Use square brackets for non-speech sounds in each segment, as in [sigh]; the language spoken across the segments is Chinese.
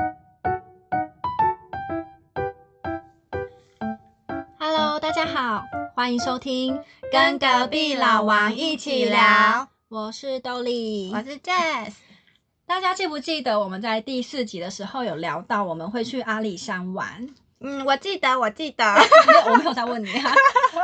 嗯 Hello，大家好，欢迎收听《跟隔壁老王一起聊》，我是豆莉我。是 Jess。大家记不记得我们在第四集的时候有聊到我们会去阿里山 [laughs] 玩？嗯，我记得，我 [laughs] 记得。没有，我没有在问你 [laughs] 啊。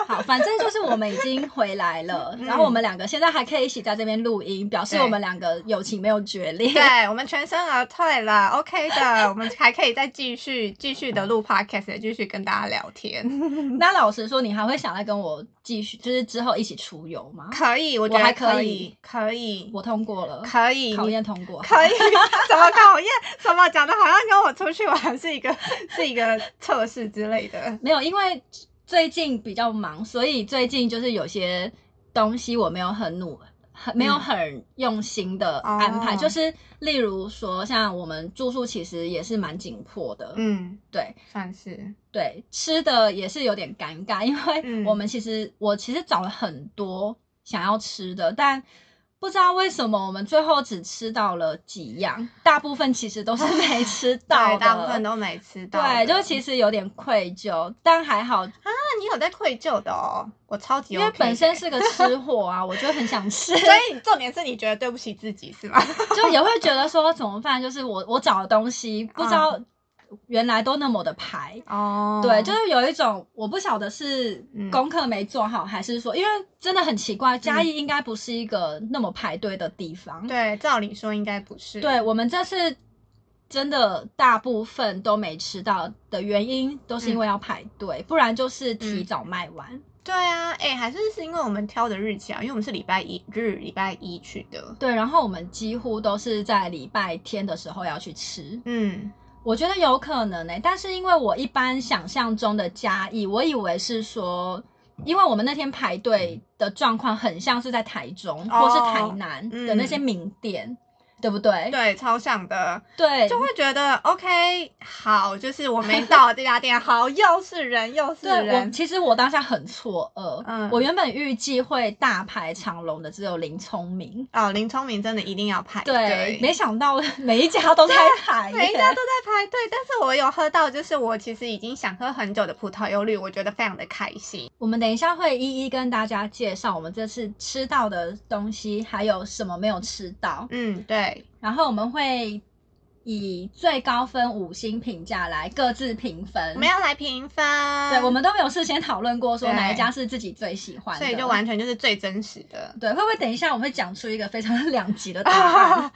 好，反正就是我们已经回来了，嗯然后我们两个现在还可以一起在这边录音，表示对我们两个友情没有决裂。对我们全身而退了，OK 的，我们还可以再继续继续的录 podcast，继续跟大家聊 [laughs] 天。 [laughs] 那老实说，你还会想再跟我继续，就是之后一起出游吗？可以，我我觉得还可可以，可以，我通过了，可以，考你验通过。可以， [laughs] 什么考验？什么讲的好像跟我出去玩是一个 [laughs] 是一个测试之类的。没有，因为最近比较忙，所以最近就是有些东西我没有很努，很没有嗯很用心的安排。哦就是例如说，像我们住宿其实也是蛮紧迫的，嗯，对算是。对，吃的也是有点尴尬，因为嗯我们其实、我其实找了很多想要吃的，但。不知道为什么我们最后只吃到了几样，大部分其实都是没吃到的， [laughs] 对，大部分都没吃到的。对，就其实实有点愧疚，但还好那你有在愧疚的哦，我超级、因 OK 为本身的，是个吃货啊，我就很想吃， [laughs] 所以重点是你觉得对不起自己是吗？就也会觉得说怎么办？就是我我找的东西不知道嗯原来都那么的排，哦对，就是有一种我不晓得是嗯功课没做好，还是说因为真的很奇怪，嘉义应该不是一个那么排队的地方。对，照理说应该不是。对，我们这次真的大部分都没吃到的原因，都嗯是因为要排队，不然就是提早卖完。对啊，哎、还是是因为我们挑的日期啊，因为我们是礼拜一日，礼拜一去的。对，然后我们几乎都是在礼拜天的时候要去吃。嗯，我觉得有可能呢、欸但是因为我一般想象中的嘉义，我以为是说，因为我们那天排队的状况很像是在台中、哦或是台南的那些名店，对不对？对，超像的，对嗯就会觉得 OK，好，就是我没到这家店，啊好，又是人，又是对我人，其实我当下很错愕，嗯我原本预计会大排长龙的只有林聪明，哦，林聪明真的一定要排对队，，没想到每一家都在 [laughs] 排耶，每一家都在排队，但是我有喝到，就是我其实已经想喝很久的葡萄柚绿，我觉得非常的开心。我们等一下会一一跟大家介绍我们这次吃到的东西，还有什么没有吃到。嗯，对，然后我们会以最高分五星评价来各自评分。我们要来评分，对，我们都没有事先讨论过说对哪一家是自己最喜欢的，所以就完全就是最真实的。对，会不会等一下我们会讲出一个非常 [laughs] 两极的答啊案？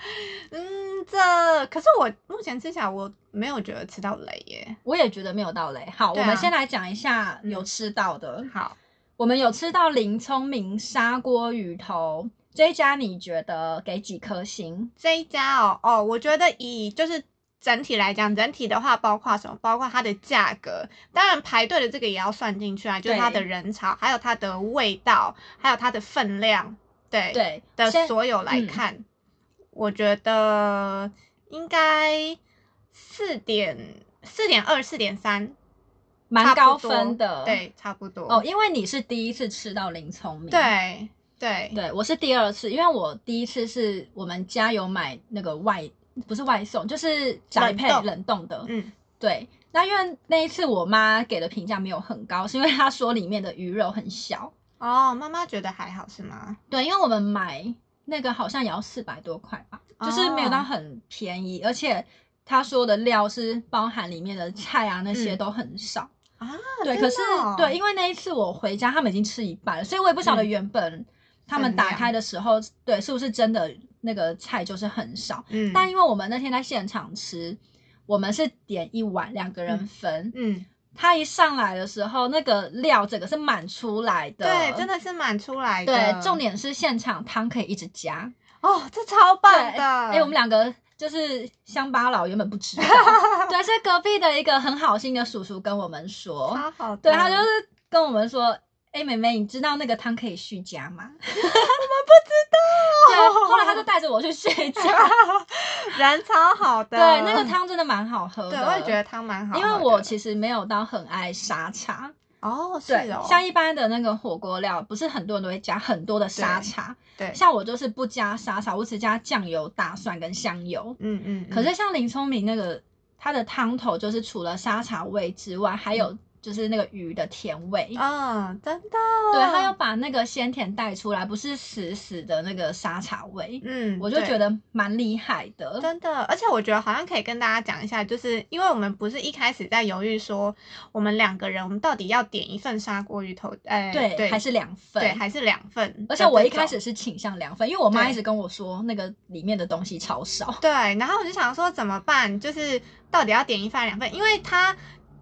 嗯，这可是我目前吃起来我没有觉得吃到雷耶。我也觉得没有到雷。好，对我啊嗯们先来讲一下有吃到的。好，我们有吃到林聪明砂锅鱼头这一家，你觉得给几颗星？这一家哦哦，我觉得以就是整体来讲，整体的话包括什么？包括它的价格，当然排队的这个也要算进去啊，就是它的人潮，还有它的味道，还有它的分量，对对，的先所有来嗯看，我觉得应该四点四点二四点三。蛮差不高多分的。对，差不多。哦，因为你是第一次吃到林聪明，对对对，我是第二次，因为我第一次是我们家有买那个外，不是外送，就是宅配冷冻冷冻的。嗯，对，那因为那一次我妈给的评价没有很高，是因为她说里面的鱼肉很小。哦，妈妈觉得还好是吗？对，因为我们买那个好像也要四百多块吧，就是没有到哦很便宜，而且她说的料是包含里面的菜啊那些嗯都很少。啊，对，真可的是哦对，，因为那一次我回家，他们已经吃一半了，所以我也不晓得嗯原本他们分打量开的时候，对，是不是真的那个菜就是很少。嗯，但因为我们那天在现场吃，我们是点一碗，两个人分。嗯，他一上来的时候，那个料整个是满出来的，对，真。的是蛮出来的。对，重点是现场汤可以一直加。哦，这超对，棒的。哎、我们两个就是乡巴佬，原本不知 [laughs] 道。对，是隔壁的一个很好心的叔叔跟我们说，超好的，对他就是跟我们说：“哎、妹妹，你知道那个汤可以续加吗？”我们不知道。对，后来他就带着我去睡 [laughs] 觉。人超好的。对，那个，汤真的蛮好喝的。嗯对，我也觉得汤蛮好喝因的。为我其实没有到很爱沙茶。哦，是对，哦，像一般的那个火锅料，不是很多人都会加很多的沙茶。对，像我就是不加沙茶，我只加酱油、大蒜跟香油。嗯嗯，嗯可是像林聪明那个，它的汤头就是除了沙茶味之外，还有就是那个鱼的甜味。嗯，真的，对，它要把那个鲜甜带出来，不是死死的那个沙茶味，嗯，我就对觉得蛮厉害的。真的，而且我觉得好像可以跟大家讲一下，就是因为我们不是一开始在犹豫说，我们两个人我们到底要点一份砂锅鱼头，哎、对，对，还是两份。对还是两份，而且我一开始。是倾向两份，因为我妈对一直跟我说那个里面的东西超少。对，然后我就想说怎么办？就是到底要点一份还是两份？因为它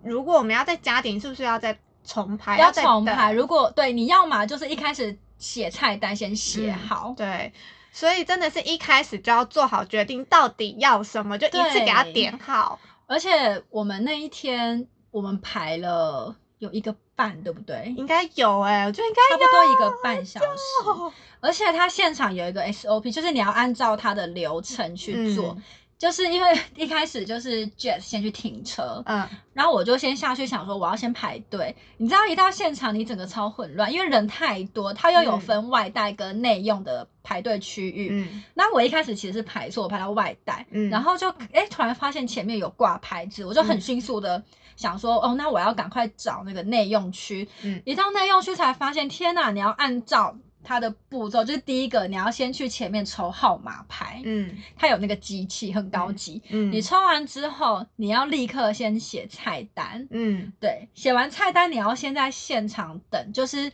如果我们要再加点，是不是要再重排？要再重等排，如果对你要嘛，就是一开始写菜单先写好，对，所以真的是一开始就要做好决定，到底要什么，就一次给它对点好。而且我们那一天我们排了有一个半，对不对？应该有哎、我觉得应差该不多一个半小时，有。而且它现场有一个 SOP，就是你要按照它的流程去做。嗯就是因为一开始就是 Jet 先去停车，嗯，然后我就先下去想说我要先排队。你知道一到现场你整个超混乱，因为人太多，它又有嗯分外带跟内用的排队区域。嗯那我一开始其实是排错，我排到外带，嗯然后就哎突然发现前面有挂牌子，我就很嗯迅速的想说，哦，那我要赶快找那个内用区。嗯一到内用区才发现，天呐，你要按照它的步骤，就是第一个你要先去前面抽号码牌，嗯它有那个机器很高级。嗯，你抽完之后，你要立刻先写菜单，嗯对，写完菜单你要先在现场等，就是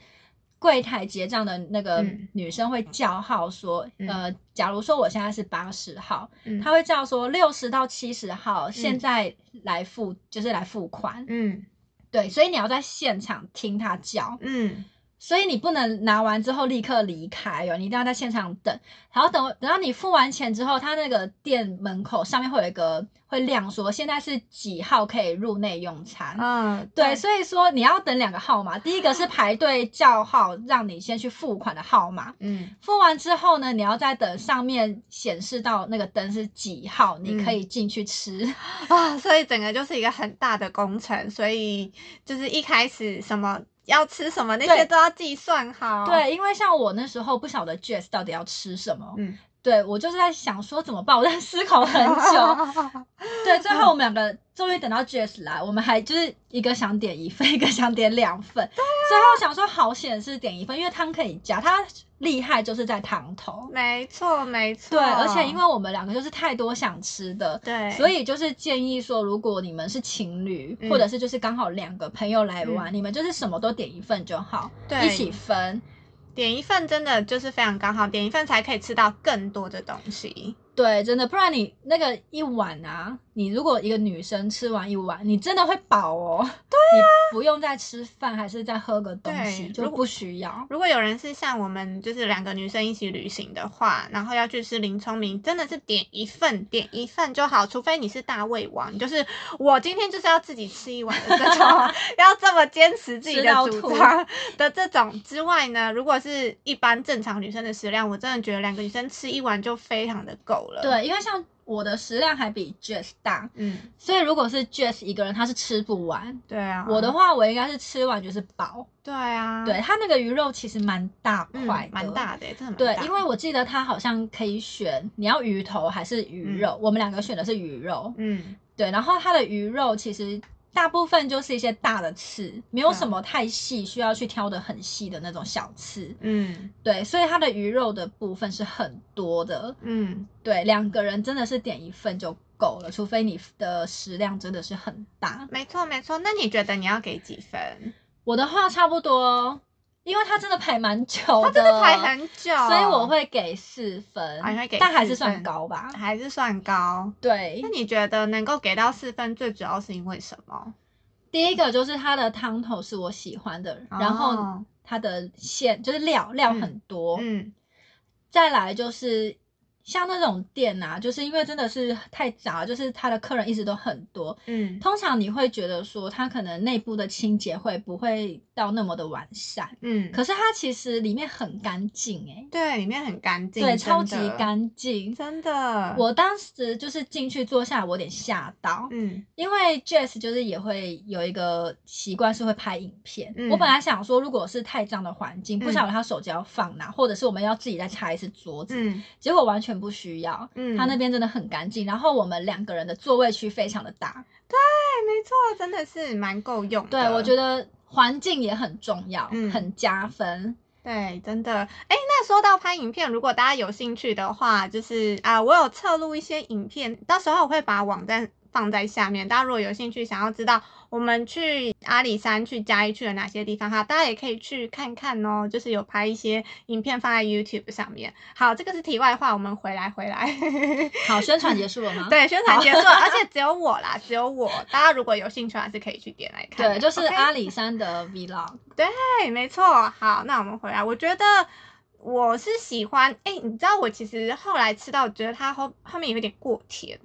柜台结账的那个嗯女生会叫号说，嗯呃，假如说我现在是八十号，嗯，她会叫说六十到七十号，现在来付、就是来付款，嗯对，所以你要在现场听她叫，嗯所以你不能拿完之后立刻离开哦，你一定要在现场等，然后等等到你付完钱之后，他那个店门口上面会有一个会亮说现在是几号可以入内用餐。嗯，对，所以说你要等两个号码，第一个是排队叫号，让你先去付款的号码，嗯付完之后呢，你要再等上面显示到那个灯是几号，你可以进去吃。啊，所以整个就是一个很大的工程，所以就是一开始什么要吃什么那对些都要计算好。，对，因为像我那时候不晓得 Jess 到底要吃什么，嗯，对我就是在想说怎么办，我在思考很久。 [laughs] 对，最后我们两个终于等到 Jess 来，我们还就是一个想点一份，一 [laughs] 个想点两份。最后想说好险是点一份，因为汤可以加，它厉害就是在汤头。没错没错。对，而且因为我们两个就是太多想吃的。对，所以就是建议说，如果你们是情侣，嗯或者是就是刚好两个朋友来玩，你们就是什么都点一份就好，对一起分。点一份真的就是非常刚好，点一份才可以吃到更多的东西。对，真的，不然你那个一碗啊，你如果一个女生吃完一碗，你真的会饱 [laughs] 哦。对、你不用再吃饭，还是再喝个东西，啊对就如果不需要。如果有人是像我们就是两个女生一起旅行的话，然后要去吃林聪明，真的是点一份点一份就好，除非你是大胃王，就是我今天就是要自己吃一碗 [laughs] 的这种，要这么坚持自己吃的到主吐张的这种之外呢，如果是一般正常女生的食量，我真的觉得两个女生吃一碗就非常的够了。，对，因为像我的食量还比 Jess 大，嗯，所以如果是 Jess 一个人，她是吃不完。对啊，我的话，我应该是吃完就是饱。对啊，对，它那个鱼肉其实蛮大嗯，块、蛮。大的耶，真的蛮对大，因为我记得它好像可以选你要鱼头还是鱼肉，我们两个选的是鱼肉。嗯。对，然后它的鱼肉其实大部分就是一些大的刺，没嗯有什么太细需要去挑的很细的那种小刺。嗯对，所以它的鱼肉的部分是很多的。嗯，对，两个人真的是点一份就够了，除非你的食量真的是很大。没错没错。那你觉得你要给几分？我的话差不多，因为它真的排蛮久的，他真的排很久，所以我会给四分，啊你会给但还四是算分高吧。还是算高。对那，你觉得能够给到四分，最主要是因为什么？第一个就是它的汤头是我喜欢的，然后哦它的馅就是料料很多，嗯再来就是像那种店啊，就是因为真的是太杂，就是他的客人一直都很多，嗯通常你会觉得说他可能内部的清洁会不会到那么的完善，嗯，可是它其实里面很干净诶，对，里面很干净，对，真超级的，干净。真的。我当时就是进去坐下来，我有点吓到，嗯因为 Jess 就是也会有一个习惯是会拍影片。嗯我本来想说，如果是太脏的环境，嗯不晓得他手机要放哪，或者是我们要自己再擦一次桌子，嗯结果完全全不需要。嗯，他那边真的很干净，然后我们两个人的座位区非常的大，对，没错，真的是蛮够用的。对我觉得环境也很重要，嗯很加分。对，真的。哎，那说到拍影片，如果大家有兴趣的话，就是啊、我有侧录一些影片，到时候我会把网站放在下面。大家如果有兴趣，想要知道我们去阿里山、去嘉义去了哪些地方哈，大家也可以去看看哦。就是有拍一些影片放在 YouTube 上面。好，这个是题外话，我们回来回来。 [laughs] 好，宣传结束了吗？对，宣传好结束了，而且只有我啦，只有我。大家如果有兴趣，还是可以去点来看的。对，就是 OK？阿里山的 vlog。对，没错。好，那我们回来，我觉得我是喜欢，哎、你知道我其实后来吃到，觉得它后后面有点过甜，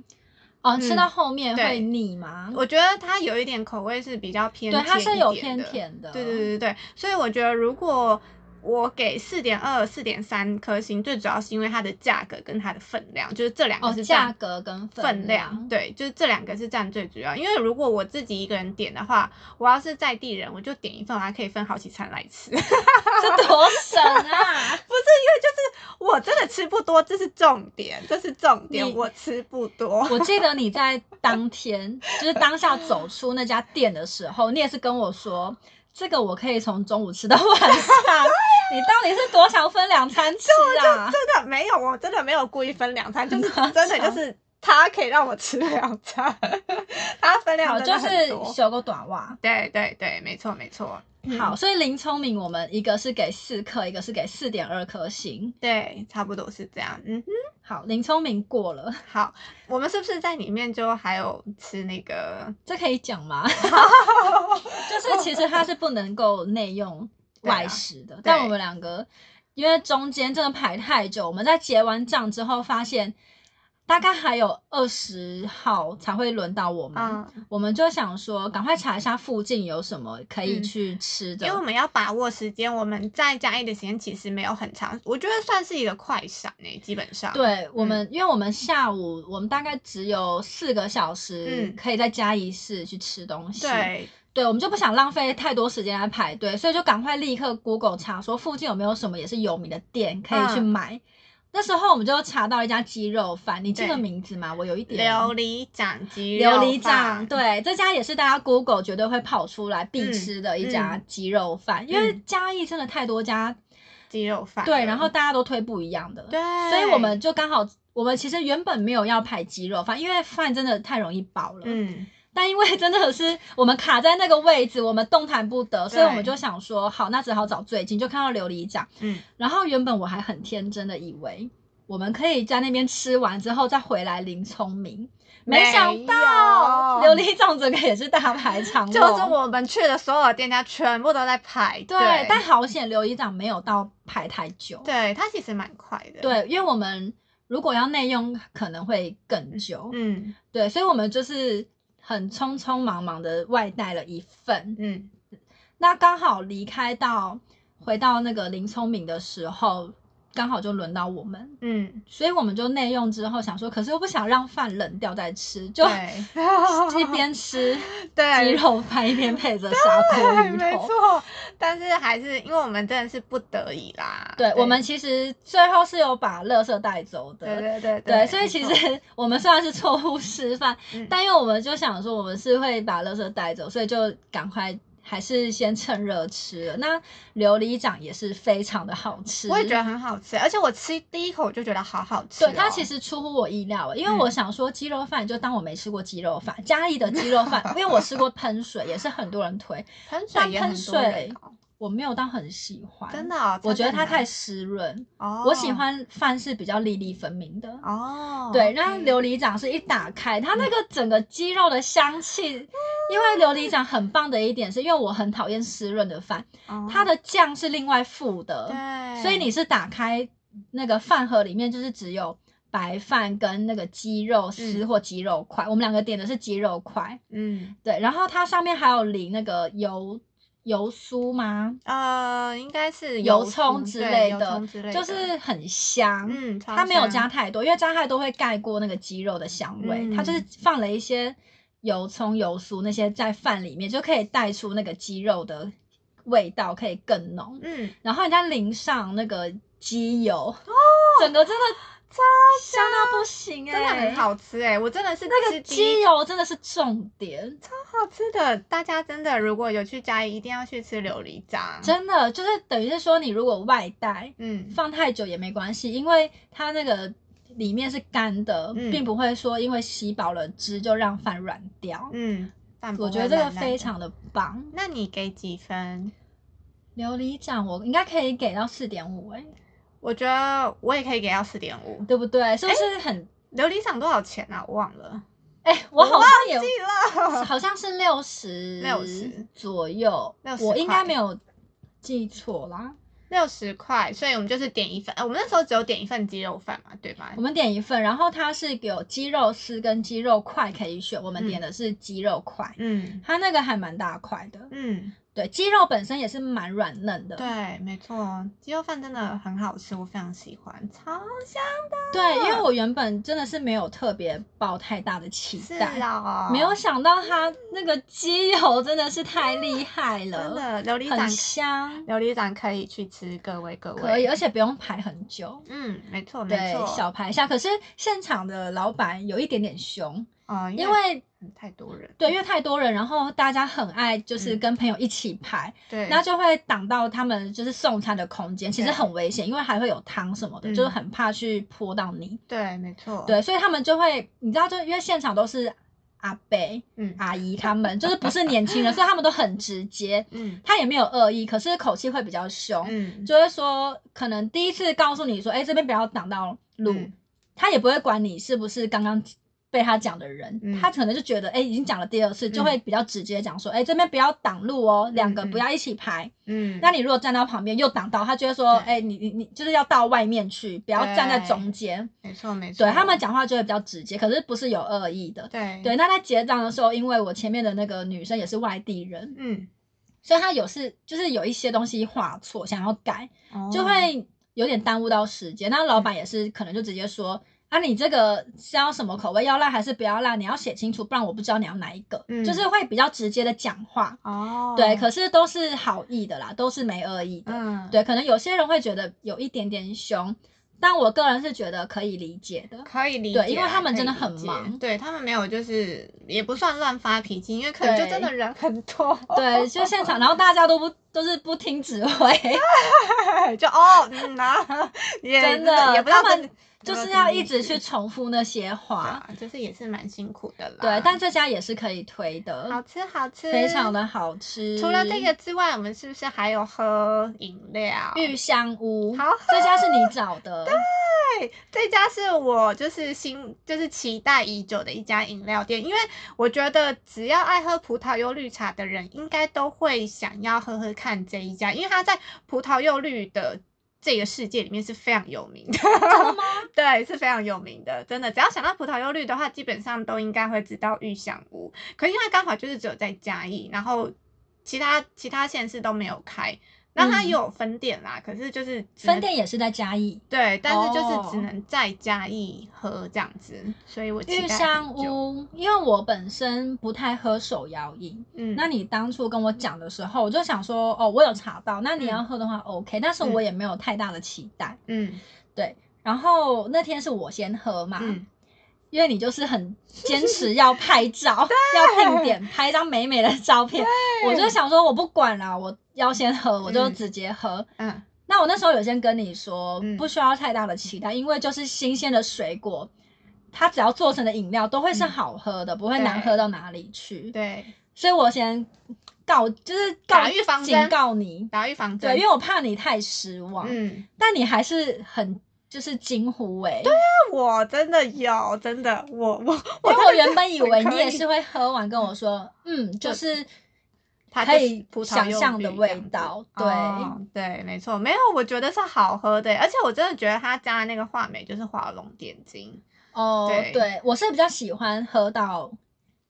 哦，嗯吃到后面对会腻吗？我觉得它有一点口味是比较偏嗯对，它是有一偏点的。甜的。对对对对对，所以我觉得如果我给四点二、四点三颗星，最主要是因为它的价格跟它的分量，就是这两个哦，是占价格跟分量，量。对，就是这两个是占最主要。因为如果我自己一个人点的话，我要是在地人，我就点一份，我还可以分好几餐来 [laughs] 吃。这多省啊！不是因为就是我真的吃不多，这是重点，这是重点，你我吃不多。 [laughs] 我记得你在当天，就是当下走出那家店的时候，你也是跟我说，这个我可以从中午吃到晚上。你到底是多想分两餐吃啊？ [laughs] 真的没有，我真的没有故意分两餐，就是真的就是他可以让我吃两餐， [laughs] 他分量好，真啊就的很多。是修个短袜。对对对，没错没错。好，，所以林聪明，我们一个是给四颗，一个是给四点二颗星。对，差不多是这样。嗯，好，林聪明过了，好，我们是不是在里面就还有吃那个？这可以讲 [laughs] 吗？就是其实它是不能够内用对啊外食的，但我们两个因为中间真的排太久，我们在结完账之后发现。大概还有二十号才会轮到我们，嗯，我们就想说赶快查一下附近有什么可以嗯去吃的。因为我们要把握时间，我们在嘉义的时间其实没有很长，我觉得算是一个快闪诶、基本上。对嗯我们，因为我们下午我们大概只有四个小时嗯可以在嘉义市去吃东西，对，对，我们就不想浪费太多时间来排队，所以就赶快立刻 Google 查说附近有没有什么也是有名的店可以去嗯买。那时候我们就查到一家鸡肉饭，你记对得名字吗？我有一点琉璃掌鸡琉肉璃掌，饭，对，这家也是大家 Google 绝对会跑出来必嗯吃的一家嗯鸡肉饭，因为嗯嘉义真的太多家，鸡肉饭，对，然后大家都推不一样的，对，所以我们就刚好，我们其实原本没有要排鸡肉饭，因为饭真的太容易饱了。嗯，但因为真的是我们卡在那个位置，我们动弹不得，所以对我们就想说，好，那只好找最近，就看到琉璃掌。嗯，然后原本我还很天真的以为我们可以在那边吃完之后再回来林聪明，没想到琉没有璃掌整个也是大排长龙。就是 [laughs] 我们去的所有的店家全部都在排队，对，但好险琉璃掌没有到排太久。对它其实蛮快的，，对，因为我们如果要内用，可能会更久。嗯对，所以我们就是很匆匆忙忙的外带了一份。嗯，那刚好离开到回到那个林聪明的时候，刚好就轮到我们，嗯，所以我们就内用之后想说，可是又不想让饭冷掉再吃，就 [laughs] 对，一边吃 [laughs] 对鸡肉饭一边配着砂锅 [laughs] 对，鱼没头。错，但是还是因为我们真的是不得已啦，对，我们其实最后是有把垃圾带走的。对对对对，所以其哎没错实 [laughs] 我们虽然是错误示范，嗯但因为我们就想说我们是会把垃圾带走，所以就赶快还是先趁热吃了。那琉璃掌也是非常的好吃，我也觉得很好吃，而且我吃第一口我就觉得好好吃哦，对它其实出乎我意料，欸因为嗯我想说鸡肉饭就当我没吃过鸡肉饭，嘉义的鸡肉饭，因为我吃过喷水，也是很多人推，哦喷水但也喷很多人水搞我没有到很喜欢，真的哦，我觉得它太差湿润，在哪，哦我喜欢饭是比较粒粒分明的。哦，嗯对，那那琉璃掌是一打开，它那个整个鸡肉的香气，因为琉璃掌很棒的一点是，因为我很讨厌湿润的饭，它的酱是另外附的，哦对，所以你是打开那个饭盒里面就是只有白饭跟那个鸡肉丝嗯或鸡肉块，我们两个点的是鸡肉块，嗯对，然后它上面还有淋那个油油酥吗？呃，应该是油酥葱之对类油的葱之类的，就是很香，嗯，超它没有香加，太多，因为加太多会盖过那个鸡肉的香味，嗯它就是放了一些油葱、油酥那些在饭里面，就可以带出那个鸡肉的味道，可以更浓。嗯，然后人家淋上那个鸡油，整个真的香到不行哎、哦真的很。好吃哎、我真的是那个吃第鸡一油真的是重点，好吃的，大家真的如果有去嘉义，一定要去吃琉璃渣。真的就是等于是说，你如果外带嗯，放太久也没关系，因为它那个里面是干的，嗯并不会说因为吸饱了汁就让饭软掉。嗯，饭不我觉会得这个烂烂非的。常的棒。那你给几分？琉璃酱我应该可以给到四点五哎，我觉得我也可以给到四点五。对不对？是不是很琉璃厂多少钱啊？我忘了，哎、我好像也记了。好像是六十60左右60，我应块该没有记错啦。六十块，所以我们就是点一份。呃，我们那时候只有点一份鸡肉饭嘛，对吧我？们点一份，然后它是有鸡肉丝跟鸡肉块可以选，我们嗯点的是鸡肉块，嗯它那个还蛮大块的。嗯，对，鸡肉本身也是蛮软嫩的。对，没错，鸡肉饭真的很好吃，我非常喜欢，超香对，因为我原本真的是没有特别抱太大的期是待，哦，没有想到它那个鸡油真的是太厉害真了，的琉璃很厂，香，琉璃厂可以去吃，各位各位可以，而且不用排很久。嗯，没错没对，错，小排一下。可是现场的老板有一点点凶，啊，因为嗯太多人，对，因为太多人，然后大家很爱就是嗯跟朋友一起排，对，那就会挡到他们就是送餐的空间，其实对很危险，因为还会有汤什么的，嗯就是很怕去泼到你。对，没错，，对，所以他们就会，你知道，就因为现场都是阿伯、嗯阿姨，他们就是不是年轻人，所以他们都很直接，嗯他也没有恶意，可是口气会比较凶。嗯，就会说，可能第一次告诉你说，哎、这边不要挡到路，嗯他也不会管你是不是刚刚被他讲的人，嗯他可能就觉得，哎、已经讲了第二次，就会比较直接讲说，哎、这边不要挡路哦，两个嗯不要一起排。嗯，那你如果站到旁边又挡到，他就会说，对哎、你你你就是要到外面去，不要站在中间。没错没错，对他们讲话就会比较直接，可是不是有恶意的。对对，，那在结账的时候，因为我前面的那个女生也是外地人，嗯，所以她有是就是有一些东西画错，想要改，就哦会有点耽误到时间。那老板也是可能就直接说。啊，你这个是要什么口味？要辣还是不要辣？你要写清楚，不然我不知道你要哪一个。嗯就是会比较直接的讲话，哦，对。可是都是好意的啦，都是没恶意的。嗯，对，可能有些人会觉得有一点点凶，但我个人是觉得可以理解的。可以理解啊，对因为他们可以真的理很解忙对他们没有就是也不算乱发脾气，因为可能就真的对人很多， [laughs] 对，就现场，然后大家都不都是不听指挥， [laughs] 对， [laughs] 就哦，嗯啊， [laughs] 也真的也不要他们真的就是要一直去，重复那些对话。啊就是也是蛮辛苦的啦。对，但这家也是可以推的。好吃好吃，非常。的好吃。除了这个之外，我们是不是还有喝饮料？玉香屋，好喝这家是你找的， [laughs] 对，这家是我就是新就是期待已久的一家饮料店，因为我觉得只要爱喝葡萄柚绿茶的人，应该都会想要喝喝看这一家，因为它在葡萄柚绿的这个世界里面是非常有名的， [laughs] 真的吗？对，是非常有名的，真的，只要想到葡萄柚绿的话，基本上都应该会知道玉香屋。可因为刚好就是只有在嘉义，然后其他其他县市都没有开。那它也有分店啦，可是就是只嗯能分店也是在嘉义。对，但是就是只哦能再加一盒这样子，所以我期玉待香很久，屋，因为我本身不太喝手摇饮，嗯，那你当初跟我讲的时候，我就想说，哦，我有查到，那你要喝的话 OK，、但是我也没有太大的期待。嗯然后那天是我先喝嘛，嗯，因为你就是很坚持要拍照， [laughs] 要定点拍一张美美的照片，我就想说我不管啦，我要先喝，我就嗯直接喝。嗯那我那时候有先跟你说嗯，不需要太大的期待，因为就是新鲜的水果，它只要做成的饮料都会是好喝的，不会难喝到哪里去。嗯对，所以我先告，就是告打预防针警告你，打预防针，对，因为我怕你太失望。嗯，但你还是很就是惊呼哎、欸，那我真的有，真的，我 [laughs] 我因为真的我原本以为可你也以是会喝完跟我 [laughs] 说，嗯，就就是 [laughs] 它可就是以葡萄想柚象的绿这味样子道，对。哦对，没错，没有，我觉得是好喝的，而且我真的觉得他加的那个话梅就是华龙点睛，哦，对对，我是比较喜欢喝到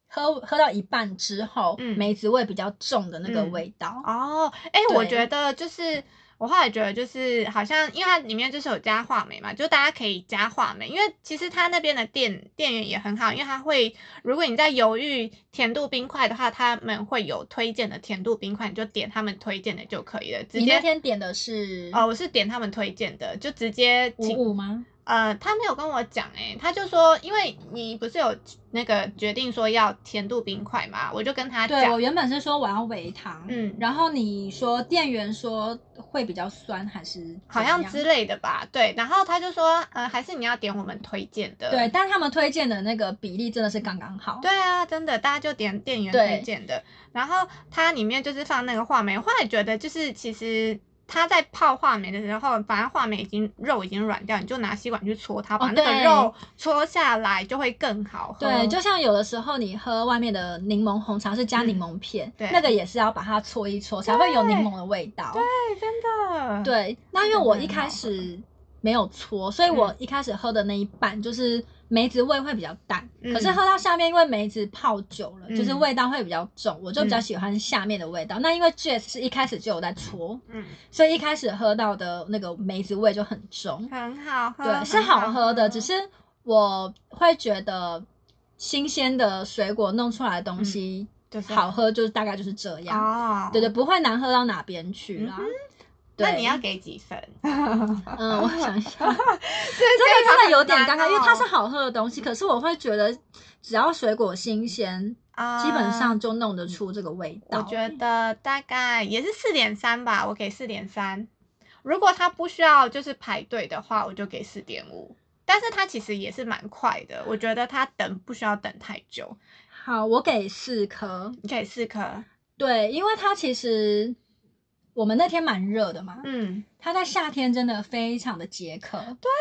喝喝到一半之后，嗯梅子味比较重的那个嗯味道。哦，哎、我对觉得就是我后来觉得就是好像，因为它里面就是有加话梅嘛，就大家可以加话梅，因为其实它那边的店店员也很好，因为它会如果你在犹豫甜度冰块的话，他们会有推荐的甜度冰块，你就点他们推荐的就可以了，直你那接。哦天点的是哦，我是点他们推荐的，就直接五请五吗？呃，他没有跟我讲哎、他就说，因为你不是有那个决定说要甜度冰块嘛，我就跟他对我讲，原本是说我要微糖，嗯，然后你说店员说会比较酸还是怎好像样之类的吧，对，然后他就说，呃，还是你要点我们推荐的，对，但他们推荐的那个比例真的是刚刚好。对啊，真的，大家就点店员对推荐的。然后它里面就是放那个话梅，我后来觉得就是其实它在泡话梅的时候，反正话梅已经肉已经软掉，你就拿吸管去搓它，把那哦对个肉搓下来就会更好喝。对，就像有的时候你喝外面的柠檬红茶是加柠檬片，嗯对那个也是要把它搓一搓才会有柠檬的味道。对，真的，对，那因为真的我很嗯一开好始没有搓，所以我一开始喝的那一半就是梅子味会比较淡，嗯可是喝到下面因为梅子泡久了，就是嗯味道会比较重，我就比较嗯喜欢下面的味道。那因为 Jess 是一开始就有在搓，嗯，所以一开始喝到的那个梅子味就很重。很好喝，对，是很好喝的，只喝是我会觉得新鲜的水果弄出来的东嗯西、就是好喝，就是大概就是这样。哦，对对，不会难喝到哪边去啦。嗯哼对那你要给几分？ [laughs] 嗯，我想一下，这个这真的有 [laughs] 点尴尬，因为它是好好喝的东西，可是我会觉得只要水果新鲜，啊基本上就弄得出这个味道。我觉得大概也是四点三吧，我给四点三。如果它不需要就是排队的话，我就给四点五。但是它其实也是蛮快的，我觉得它等不需要等太久，好，我给四颗。你给四颗。对，因为它其实我们那天蛮热的嘛，嗯，它在夏天真的非常的解渴。对呀、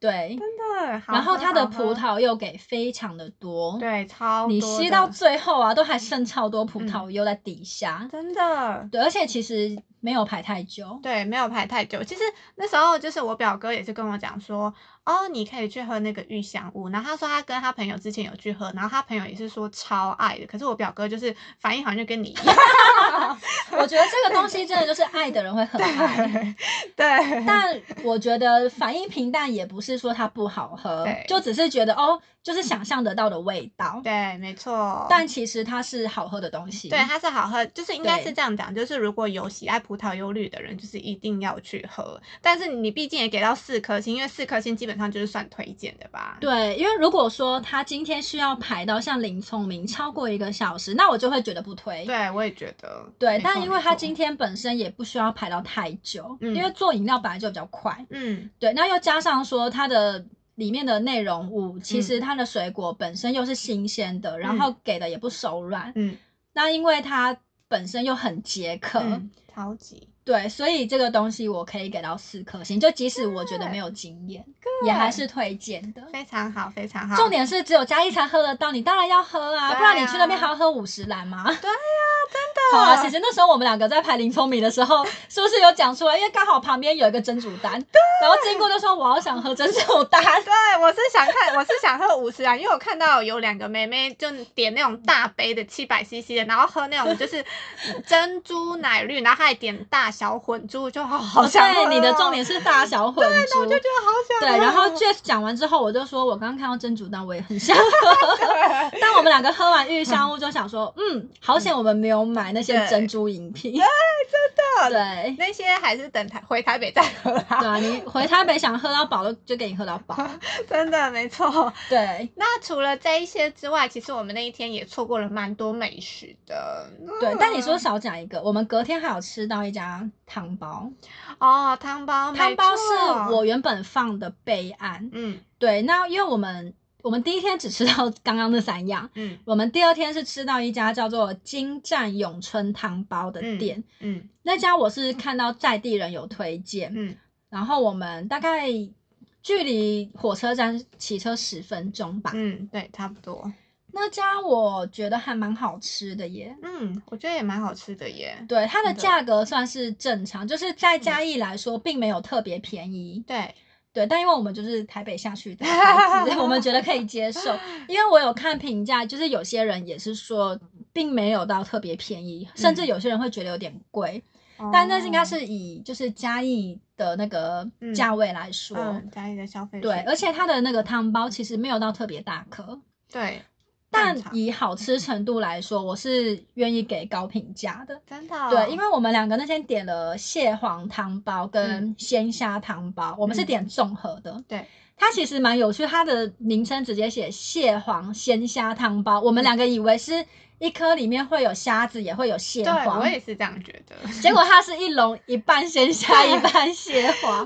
对。真的。好哦然后喝它的好喝葡萄又给非常的多，，对超你多吸的嗯到最后啊，都还剩超多葡萄柚在底下。真的。对，而且其实没有排太久。对，没有排太久。其实那时候就是我表哥也是跟我讲说，哦，你可以去喝那个玉香屋。然后他说他跟他朋友之前有去喝，然后他朋友也是说超爱的。可是我表哥就是反应好像就跟你一样，我觉得这个东西真的就是爱的人会很爱，对，但我觉得反应平淡也不是说它不好喝对，就只是觉得哦，就是想象得到的味道。对，没错。但其实它是好喝的东西。对，它是好喝，就是应该对是这样讲，就是如果有喜爱葡萄柚绿的人，就是一定要去喝。但是你毕竟也给到四颗星，因为四颗星基本上就是算推荐的吧。对，因为如果说它今天需要排到像林聪明超过一个小时，那我就会觉得不推。对，我也觉得。对，没但错因没为它错今天本身也不需要排到太久，嗯因为做饮料本来就比较快。嗯对，那又加上说它的里面的内容物，其嗯实它的水果本身又是新鲜的，然后给的也不手软。嗯那因为它本身又很解渴，嗯，超级对，所以这个东西我可以给到四颗星，就即使我觉得没有经验，也还是推荐的。非常好，非常好。重点是只有嘉义才喝得到，你当然要喝啊，对啊不然你去那边还要喝五十兰吗？对呀、真的好啊，其实那时候我们两个在排林聪明的时候， [laughs] 是不是有讲出来？因为刚好旁边有一个蒸煮蛋，然后经过就说我好想喝蒸煮蛋。 [laughs] 对，我是想看，我是想喝五十啊，因为我看到有两个妹妹就点那种大杯的七百 CC 的，然后喝那种就是 [laughs] 珍珠奶绿，然后还点大小混珠，就好好想喝、对，你的重点，是大小混珠。就觉得好想喝。对，然后 Jess 讲完之后，我就说，我刚刚看到蒸煮蛋，我也很 [laughs] 想喝。但我们两个喝完玉香屋，就想说，嗯，好险我们没有买那些对珍珠饮品。真的对，那些还是等台回台北再喝 [laughs] 对啦， [laughs] 啊，你回台北想喝到饱就就给你喝到饱。真的没错。对那除了这一些之外，其实我们那一天也错过了蛮多美食的。对，但你说少讲一个，我们隔天还有吃到一家汤包，哦，汤包，汤没包错是我，原本放的备案。嗯对，那因为我们我们第一天只吃到刚刚那三样，嗯我们第二天是吃到一家叫做金湛永春汤包的店，嗯那家我是看到在地人有推荐，嗯，然后我们大概距离火车站骑车十分钟吧，嗯，对，差不多。那家我觉得还蛮好吃的耶。嗯，我觉得也蛮好吃的耶。对，它的真的嗯价格算是正常，就是在嘉义来说，并没有特别便宜。对，对，但因为我们就是台北下去的 [laughs] 孩子，我们觉得可以接受。因为我有看评价，就是有些人也是说，并没有到特别便宜，甚嗯至有些人会觉得有点贵。但那应该哦是以就是嘉义的那个嗯价位来说，嗯，家里的消费对，水而且它的那个汤包其实没有到特别大颗，对但正常以好吃程度来说，我是愿意给高评价的。真的哦、对，因为我们两个那天点了蟹黄汤包跟鲜虾汤包，我们是嗯点综合的。对，它其实蛮有趣，它的名称直接写蟹黄鲜虾汤包，嗯我们两个以为是一颗里面会有虾子，也会有蟹对黄我。也是这样觉得。结果它是一笼一半鲜虾一半蟹 [laughs] 黄，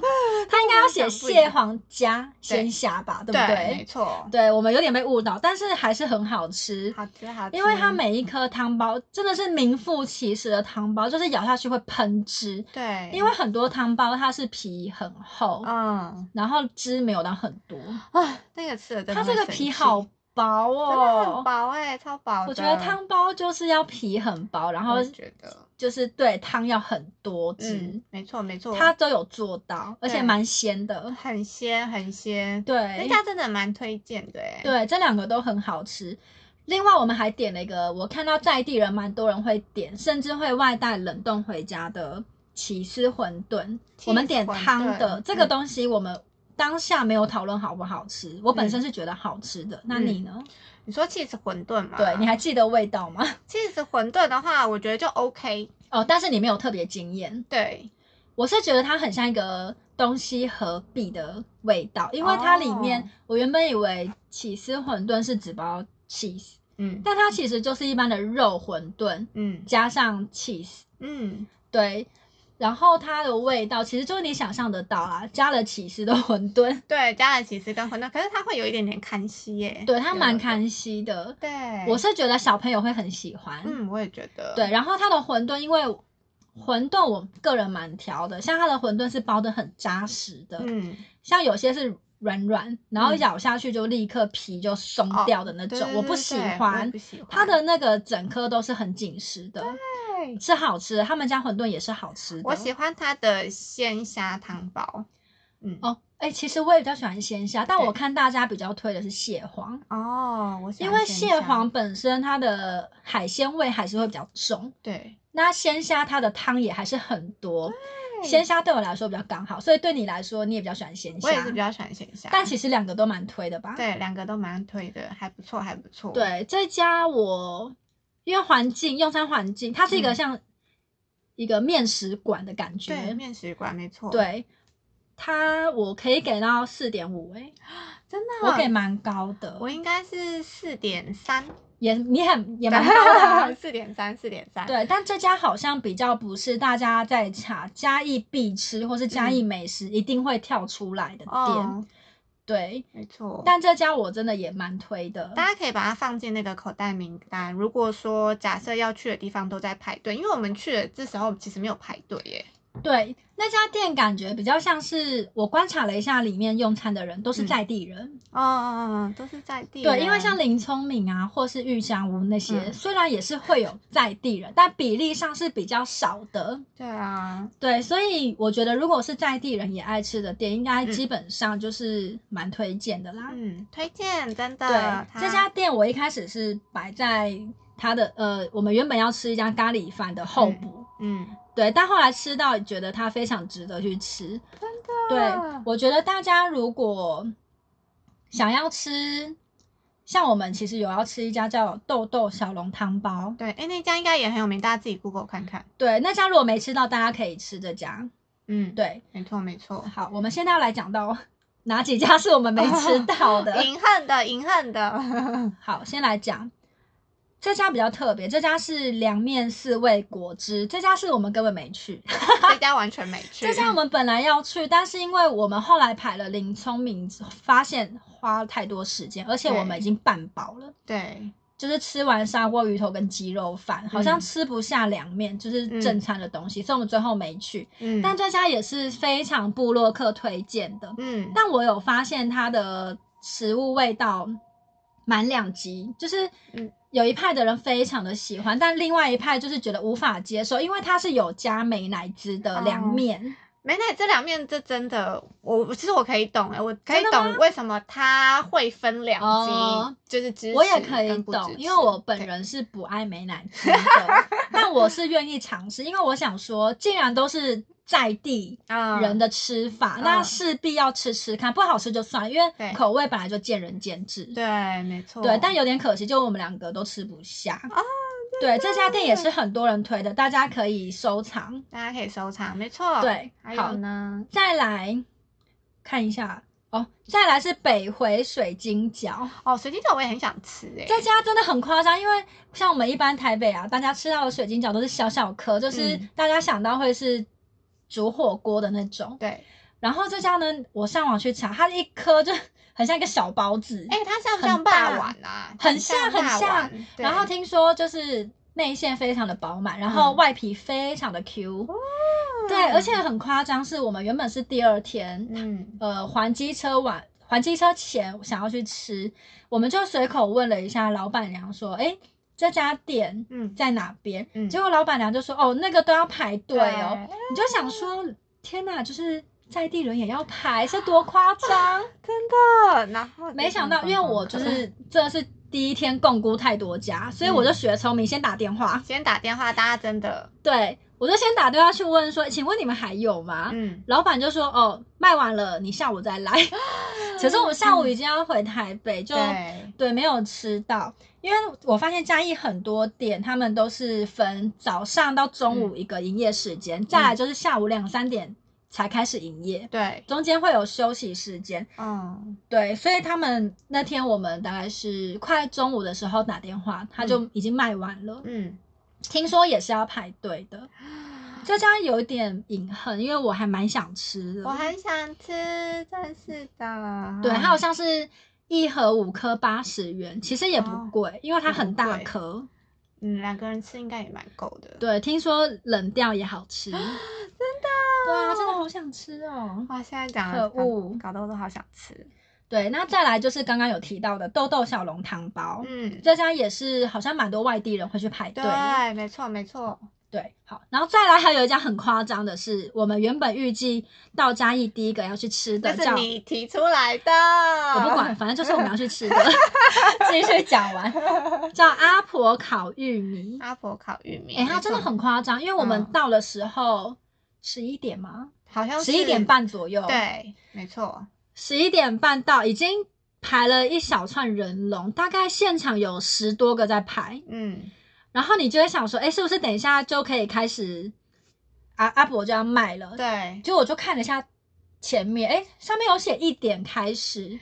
它应该要写蟹黄加鲜虾吧，对不没对？错，对，我们有点被误导，但是还是很好吃。好吃好吃，因为它每一颗汤包真的是名副其实的汤包，就是咬下去会喷汁。对，因为很多汤包它是皮很厚，嗯然后汁没有到很多。啊，那个吃了真的它这会个生皮气好薄真的很哦，薄哎、超薄的。我觉得汤包就是要皮很薄，然后我也觉得就是对汤要很多汁嗯，，没错没错，它都有做到，而且对蛮鲜的。很鲜很鲜，那对家真的蛮推荐的哎、，对，这两个都很好吃。另外，我们还点了一个，我看到在地人蛮多人会点，甚至会外带冷冻回家的起司馄饨。我们点汤的馄饨这个嗯东西，我们当下没有讨论好不好吃。我嗯本身是觉得好吃的，那你呢？你说 cheese 馄饨嘛？对，你还记得味道吗？ cheese 馄饨的话，我觉得就 OK，哦，但是你没有特别惊艳。对，我是觉得它很像一个东西合璧的味道，因为它里面、哦我原本以为起司馄饨是只包 cheese，嗯但它其实就是一般的肉馄饨嗯加上 cheese，嗯，对，然后它的味道其实就是你想象得到啦，加了起司的馄饨，对，加了起司跟馄饨，可是它会有一点点看稀耶、对，它蛮稀，看稀的，对，我是觉得小朋友会很喜欢，嗯，我也觉得，对，，然后它的馄饨因为。馄饨我个人蛮挑的，像它的馄饨是包的很扎实的，嗯，像有些是软软，然后嗯咬下去就立刻皮就松哦掉的那对种，我不喜欢。它它的那个整颗都是很紧实的，是好吃的。他们家馄饨也是好吃的。我喜欢它的鲜虾汤包，嗯哦，哎、其实我也比较喜欢鲜虾，但我对看大家比较推的是蟹黄，哦，我喜因欢为鲜蟹虾黄本身它的海鲜味还是会比较重。对那鲜虾它的汤也还是很多，鲜虾对我来说比较刚好，所以对你来说你也比较喜欢鲜我也是虾比。较喜欢鲜虾，但其实两个都蛮推的吧？对两个都蛮推的，还不错，还不错。，对，这家我因为环境用餐环境，它是一个嗯像一个面食馆的感觉。对，面食馆没错。，对它我可以给到四点五哎，真的，哦我给蛮高的，我应该是四点三，也你很也蛮高的啊、 [laughs] 四点三，四点三。，对，但这家好像比较不是大家在查嘉义必吃或是嘉义美食一定会跳出来的店，嗯哦，对。没错。但这家我真的也蛮推的，大家可以把它放进那个口袋名单。如果说假设要去的地方都在排队，因为我们去的这时候其实没有排队耶。对，那家店感觉比较像是我观察了一下，里面用餐的人都是嗯在地人，哦哦，哦都是在地人。对，因为像林聪明啊，或是玉香屋那些，嗯虽然也是会有在地人，但比例上是比较少的。对啊，对，所以我觉得如果是在地人也爱吃的店，应该嗯基本上就是蛮推荐的啦。嗯，推荐真的。对，它这家店我一开始是摆在它的呃，我们原本要吃一家咖喱饭的候补。嗯，对，但后来吃到觉得它非常值得去吃。对，我觉得大家如果想要吃，像我们其实有要吃一家叫豆豆小笼汤包，对，哎，那家应该也很有名，大家自己 Google 看看。对，那家如果没吃到，大家可以吃这家。嗯，，对，没错没错。好，我们现在要来讲到 [laughs] 哪几家是我们没吃到 [laughs] 的。隐恨的，隐恨的。 [laughs] 好，先来讲。这家比较特别，这家是凉面四味果汁，这家是我们根本没去，这家完全没 [laughs] 去。这家我们本来要去，但是因为我们后来排了林聪明，发现花太多时间，而且我们已经半饱了，对就是吃完砂锅鱼头跟鸡肉饭，好像嗯吃不下凉面，就是正餐的东西，所以我们最后没去。嗯，但这家也是非常部落客推荐的，嗯，但我有发现它的食物味道蛮两极，就是嗯有一派的人非常的喜欢，但另外一派就是觉得无法接受，因为它是有加美乃滋的凉哦面。美乃这两面，这真的，我其实我可以懂哎，我可以真的吗懂为什么它会分两级，哦就是支持我也可以跟不支懂，持因为我本对人是 [laughs] 不爱美乃滋的，但我是愿意尝试，因为我想说，既然都是在地啊人的吃法，嗯那势必要吃吃看，不好吃就算了，因对为口味本来就见仁见智。对，没错，对，但有点可惜，就我们两个都吃不下。啊对，这家店也是很多人推的，大家可以收藏。大家可以收藏，没错，，对，还好有，呢，再来看一下哦，再来是北回水晶饺，哦，水晶饺我也很想吃哎、这家真的很夸张，因为像我们一般台北啊，大家吃到的水晶饺都是小小颗，就是嗯大家想到会是煮火锅的那种。对，然后这家呢，我上网去查，它的一颗就 [laughs] 很像一个小包子，哎、它像不很像霸大碗啊？很像，像很大像碗，对然后听说就是内馅非常的饱满，然后嗯外皮非常的 Q，、对，而且很夸张，是我们原本是第二天，嗯，呃，还机车晚。还机车前想要去吃，我们就随口问了一下老板娘，说：“哎、这家店嗯在哪边？”嗯结果老板娘就说：“哦，那个都要排队哦。”你就想说：“天哪，就是在地人也要排，是多夸张！”真的。哦然后没想到，因为我就嗯是这是第一天共估太多家，所以我就学聪明，先打电话，先打电话，大家真的，对我就先打电话去问说，请问你们还有吗？嗯，啊老板就说哦，卖完了，你下午再来。可是我下午已经要回台北，就嗯对，对没有吃到，因为我发现嘉义很多店他们都是分早上到中嗯午一个营业时间，再来就是下午两三点才开始营业，对，中间会有休息时间。嗯，对，所以他们那天我们大概是快中午的时候打电话，他就已经卖完了。嗯，听说也是要排队的，啊这家有一点隐恨，因为我还蛮想吃我嗯的。很想吃，真是的。对，它好像是一盒五颗八十元，其实也不哦贵，因为它也不很大贵颗。嗯，两个人吃应该也蛮够的。对，听说冷掉也好吃。啊真的？哦对啊，真的好想吃哦。哇，现在讲可了搞恶搞得我都好想吃。对，那再来就是刚刚有提到的豆豆小笼汤包，嗯，哦这家也是好像蛮多外地人会去排队的。对，没错，没错。对，好，然后再来还有一家很夸张的是，我们原本预计到嘉义第一个要去吃这的是叫，你提出来的，我我不管，。反正就是我们要去 [laughs] 吃的，继续讲完，叫阿婆烤玉米。阿婆烤玉米，哎、它啊没真的错很夸张，因为我们嗯到的时候十一点吗？好像十一是点，半哦左右，，对，没错，十一点半到，已经排了一小串人龙，大概现场有十多个在排。嗯，然后你就会想说，哎，是不是等一下就可以开始阿阿伯就要卖了？对，结果我就看了一下前面，哎，上面有写一点开始，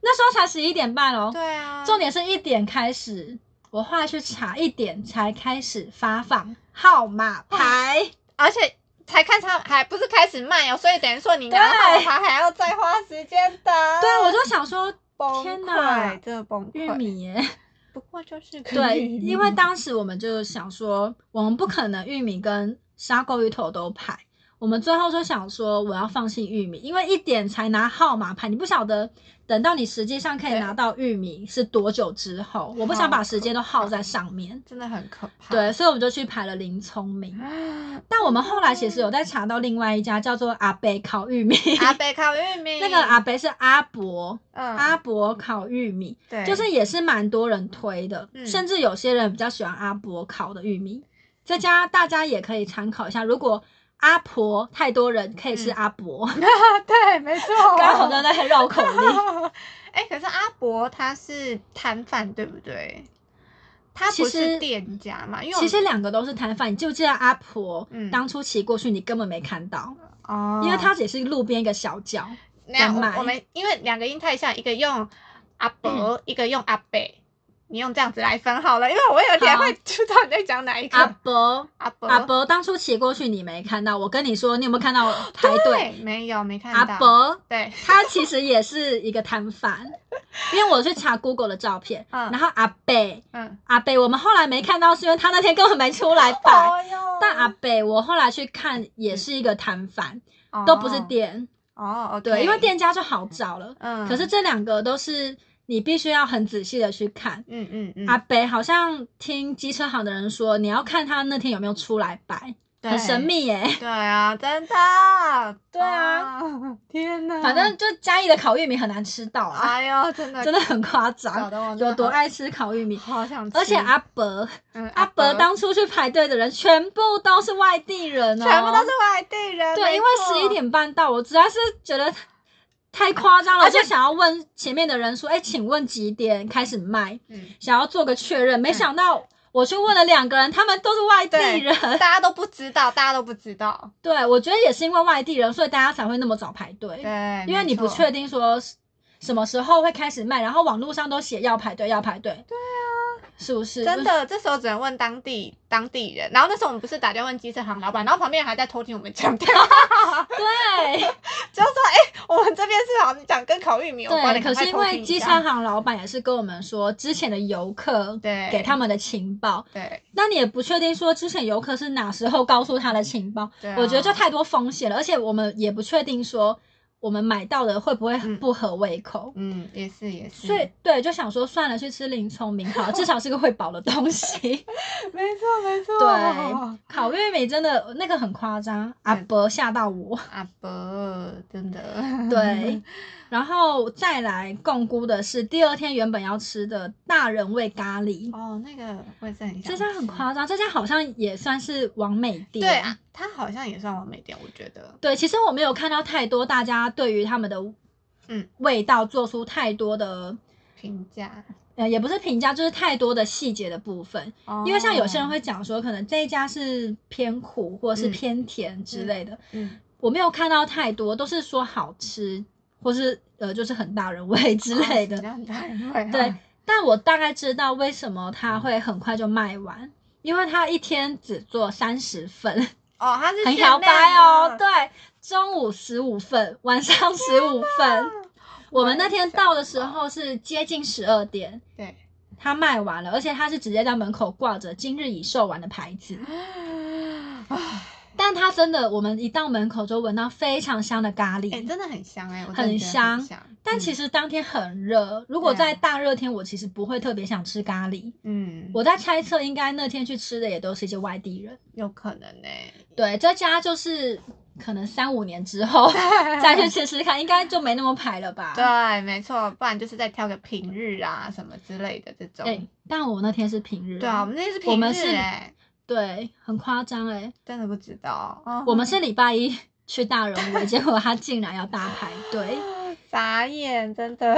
那时候才十一点半哦。对啊，重点是一点开始，我后来去查，一点才开始发放号码牌，而且才看他还不是开始卖哦，所以等于说你拿对到它还要再花时间等。对我就想说崩天哪溃，真的崩玉溃。米耶，不过就是个对，玉米因为当时我们就想说，我们不可能玉米跟砂锅鱼头都排。我们最后就想说，我要放弃玉米，因为一点才拿号码牌，你不晓得等到你实际上可以对拿到玉米是多久之后。我不想把时间都耗在上面，真的很可怕。对，所以我们就去排了林聪明。但我们后来其实有在查到另外一家叫做阿北烤玉米，阿北烤玉 [laughs] 米，那个阿北是阿伯，嗯阿伯烤玉米，对，就是也是蛮多人推的，嗯甚至有些人比较喜欢阿伯烤的玉米。这家大家也可以参考一下，如果阿婆太多人，可以吃嗯阿 [laughs] 伯， [laughs] 对，没错。刚好在那里绕口令。哎、可是阿伯他是摊贩，对不对？他其不是实店家 [laughs] 嘛，因为我其实两个都是摊贩，你记不记得阿婆嗯当初骑过去，你根本没看到，哦，因为它也是路边一个小角。那样在我卖我们因为两个音太像，一个用阿嗯伯，一个用阿北，你用这样子来分好了，因为我有点好会知道你在讲哪一个阿伯，阿伯阿伯当初骑过去，你没看到。我跟你说，你有没有看到排队？哦对，没有没看到阿伯对，他其实也是一个摊贩，因为我去查 Google 的照片，嗯然后阿北嗯，阿北，我们后来没看到，是因为他那天根本没出来摆。哟但阿北，我后来去看也是一个摊贩，阿都不是店，哦，OK，对，因为店家就好找了。嗯，可是这两个都是你必须要很仔细的去看。嗯嗯嗯啊阿北好像听机车行的人说，你要看他那天有没有出来摆，对很神。秘耶、对啊，真的。哦对啊，天哪！反正就嘉义的烤玉米很难吃到啊，哎呦，真的真的很夸搞张，得我真的有多好爱吃烤玉米。好想吃，而且阿伯，嗯阿伯伯当初去排队的人全部都是外地人哦，全部都是外地人，对，没因为错十一，点半到，我实在是觉得太夸张了，而而且且想要问前面的人说，哎，请问几点开始卖？嗯，想要做个确认，没想到我去问了两个人，他们都是外地对人。大家都不知道，大家都不知道， [laughs] 对我觉得也是因为外地人，所以大家才会那么早排队，对，因为你不确确定说是什么时候会开始卖，然后网络上都写要排队，要排队。对啊，是不是？真的，这时候只能问当地当地人。然后那时候我们不是打电话问机车行老板，然后旁边人还在偷听我们讲电 [laughs] 话，[laughs] 对就说：“哎、我们这边是好像讲跟烤玉米有关的，对，可赶快是因偷为听一机车下行老板也是跟我们说，之前的游客对给他们的情报，对那你也不确定说之前游客是哪时候告诉他的情报，对、啊我觉得这就太多风险了，而且我们也不确定说我们买到的会不会嗯不合胃口，嗯，也是也是，所以对，就想说算了，去吃林聪明好了，至少是个会饱的东西。 [laughs] 没错没错，对烤玉米真的那个很夸张，阿伯吓到我。 [laughs] 阿伯真的对，然后再来共估的是第二天原本要吃的大人味咖喱， [laughs] 哦，那个我也是很想这家很吃夸张，这家好像也算是完美店。对啊，他好像也算完美店，我觉得对，其实我没有看到太多大家对于他们的嗯味道做出太多的，评价，呃，也不是评价，就是太多的细节的部分。因为像有些人哦，会讲说，可能这一家是偏苦或是嗯偏甜之类的，嗯，我没有看到太多，都是说好吃或是呃就是很大人哦味之类的。让大人会啊对，但我大概知道为什么他会很快就卖完。因为他一天只做三十份，哦，他是很限摇摆量哦。的对，中午十五份，晚上十五份，我们那天到的时候是接近十二点，对，它卖完了，而且它是直接在门口挂着“今日已售完”的牌子。啊但它真的，我们一到门口就闻到非常香的咖喱。哎、真的很香哎、我真的很觉得香香嗯但其实，实当天很热，如果对啊在大热天，我其实不会特别想吃咖喱。嗯，我我在猜测，应该那天去吃的也都是一些外地人。有可能哎、对，这家就是可能三五年之后 [laughs] 再去吃吃看，应该就没那么排了吧？对，没错，不然就是再挑个平日啊什么之类的这种。哎但我那天是平日。对啊，我们那是我平们日是哎、对，很夸张哎。真的不知道。嗯我们是礼拜一去大人 [laughs] 物，结果他竟然要大排队。傻眼，真的。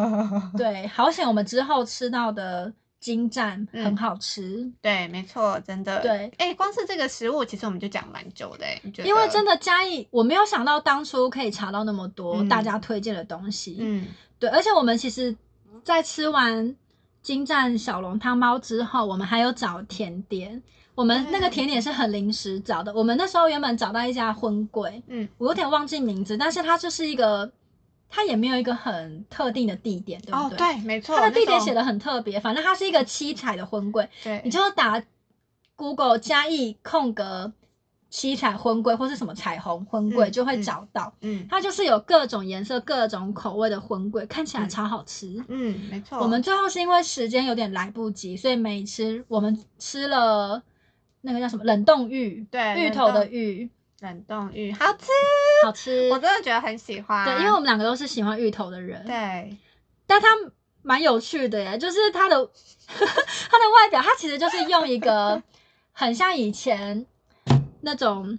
[laughs] 对，好险我们之后吃到的金湛嗯很好吃，对，没错，真的。对，哎、光是这个食物，其实我们就讲蛮久的、哎，你觉得？因为真的，的嘉义我没有想到当初可以查到那么多嗯大家推荐的东西。嗯，对，而且我们其实，在吃完金湛小笼汤包之后，我们还有找甜点。我们那个对甜点是很临时找的，我们那时候原本找到一家荤柜，嗯，我有点忘记名字，但是它就是一个，它也没有一个很特定的地点，对哦不，对？对，没错，它的那地点种写的很特别，反正它是一个七彩的婚柜，对，你就打 Google 加一空格七彩婚柜或是什么彩虹婚柜，嗯就会嗯找到。嗯它就是有各种颜色、各种口味的婚柜，看起来嗯超好吃。嗯，没错，我们最后是因为时间有点来不及，所以没吃。我们吃了那个叫什么冷冻芋，对芋冷头的冻芋，冷冻芋好吃，好吃。我真的觉得很喜欢。对，因为我们两个都是喜欢芋头的人。对但它蛮有趣的耶，就是它的 [laughs] 它的外表，它其实就是用一 [laughs] 个很像以前那种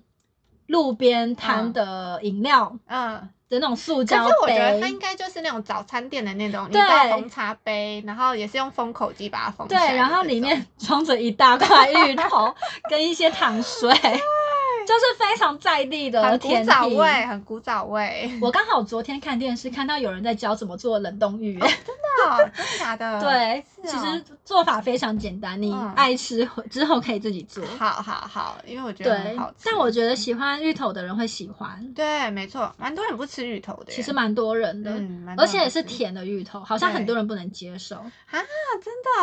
路边摊的饮料嗯，的那种塑可胶是我觉得它杯应。该就是那种早餐店的那种，你对知道红茶杯，然后也是用封口机把它封起对，来的然后这里种面 [laughs] 装着一大块芋 [laughs] 头跟一些糖水，就是非常在地的很古甜早品。味，很古早味，我刚好昨天看电视，看到有人在教怎么做冷冻芋，哦 [laughs] 真的假的？， [laughs] 对，是其哦实做法非常简单，你嗯爱吃之后可以自己做。好好好，因为我觉得对很好吃，，但我觉得喜欢芋头的人会喜欢，对，没错，蛮多人不吃芋头的耶，其实蛮多人的，嗯，蛮而多人且也不是吃甜的芋头，好像对很多人不能接受。啊，真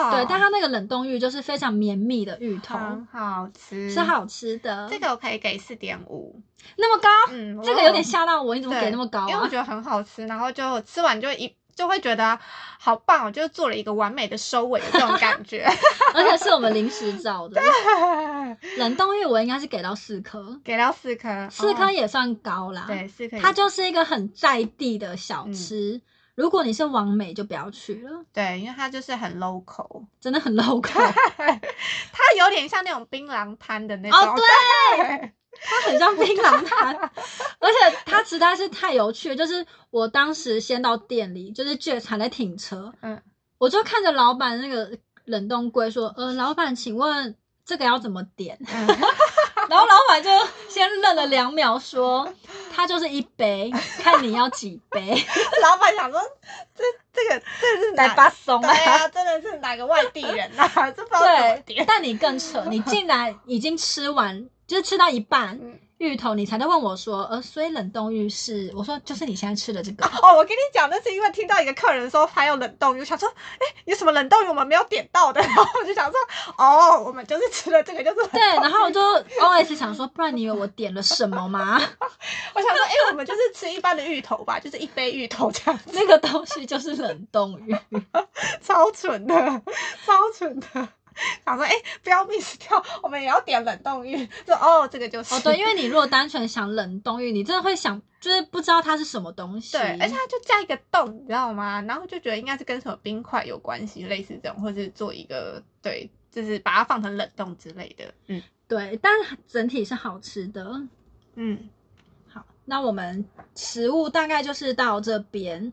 的哦，对，但它那个冷冻芋就是非常绵密的芋头，很好吃，是好吃的。这个我可以给四点五，那么高，嗯，这我个有点吓到我，你怎么对给那么高因为我啊觉？得很好吃，然后就吃完就一就会觉得好棒哦，就是做了一个完美的收尾的这种感 [laughs] 觉。 [laughs] [laughs] 而且是我们临时找的。冷冻玉我应该是给到四颗，给到四颗，四颗哦也算高啦。，对四颗也，它就是一个很在地的小嗯吃。如果你是往美，就不要去了，对，因为它就是很 local，真的很 local，它有点像那种槟榔摊的那种。哦对，它很像槟榔摊， [laughs] 而且它实在是太有趣了。就是我当时先到店里，就是 Jess 还在停车，嗯，我就看着老板那个冷冻柜说：“呃，老板，请问这个要怎么点？”嗯然后老板就先愣了两秒，说：“它就是一杯，看你要几 [laughs] 杯，老板想说，这这个这是来哪巴松对啊，真的是哪个外地人呐、啊？ [laughs] 这不知道怎么对点，。但你更扯，你竟然已经吃完，就是吃到一半嗯芋头，你才在问我说：“呃，所以冷冻芋是？”我说：“就是你现在吃的这个。”哦，我跟你讲，那是因为听到一个客人说还有冷冻鱼，我想说，哎、有什么冷冻鱼我们没有点到的？然 [laughs] 后我就想说，哦，我们就是吃了这 [laughs] 个，就是对，然后我就 OS 想说，不然你以为我点了什么吗？ [laughs] 我想说，哎、我们就是吃一般的芋头吧，就是一杯芋头这样子，那个东西就是冷冻鱼。超蠢的，超蠢的。想说，哎、不要 miss 掉，我们也要点冷冻鱼。说，哦，这个就是。哦，对，因为你如果单纯想冷冻芋，你真的会想，就是不知道它是什么东西。对，而且它就加一个洞，你知道吗？然后就觉得应该是跟什么冰块有关系，类似这种，或是做一个对，就是把它放成冷冻之类的。嗯对，但整体是好吃的。嗯，好，那我们食物大概就是到这边。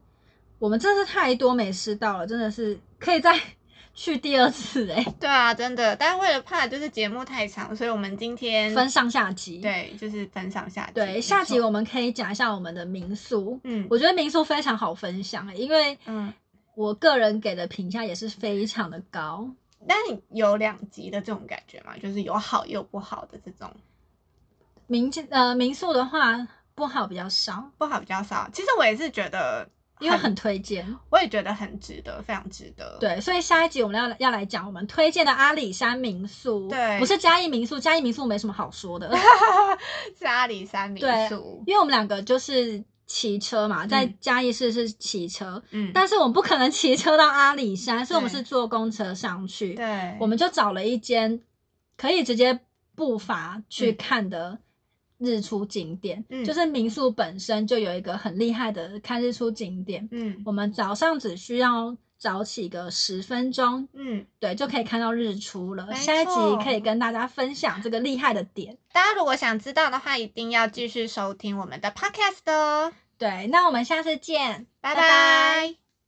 我们真的是太多没吃到了，真的是可以再 [laughs] 去第二次哎、对啊，真的。但是为了怕就是节目太长，所以我们今天分上下集。对就是分上下集。对，没下集错我们可以讲一下我们的民宿。嗯我觉得民宿非常好分享欸，因为嗯，我个人给的评价也是非常的高。但你有两极的这种感觉嘛，就是有好有不好的这种，民呃民宿的话不好比较少，不好比较少。其实我也是觉得，因为很推荐。我也觉得很值得，非常值得。对，所以下一集我们要要来讲我们推荐的阿里山民宿，对不是嘉义民宿，嘉义民宿没什么好说 [laughs] 的， [laughs] 是阿里山民对宿。因为我们两个就是骑车嘛，在嗯嘉义市是骑车，嗯，但是我们不可能骑车到阿里山，所以我们对是坐公车上去。对，我们就找了一间可以直接步伐去嗯看的日出景点，嗯就是民宿本身就有一个很厉害的看日出景点。嗯我们早上只需要早起个十分钟，嗯。对，就可以看到日出了。没下一集错可以跟大家分享这个厉害的点。大家如果想知道的话，一定要继续收听我们的 podcast 哦。对，那我们下次见，拜拜拜拜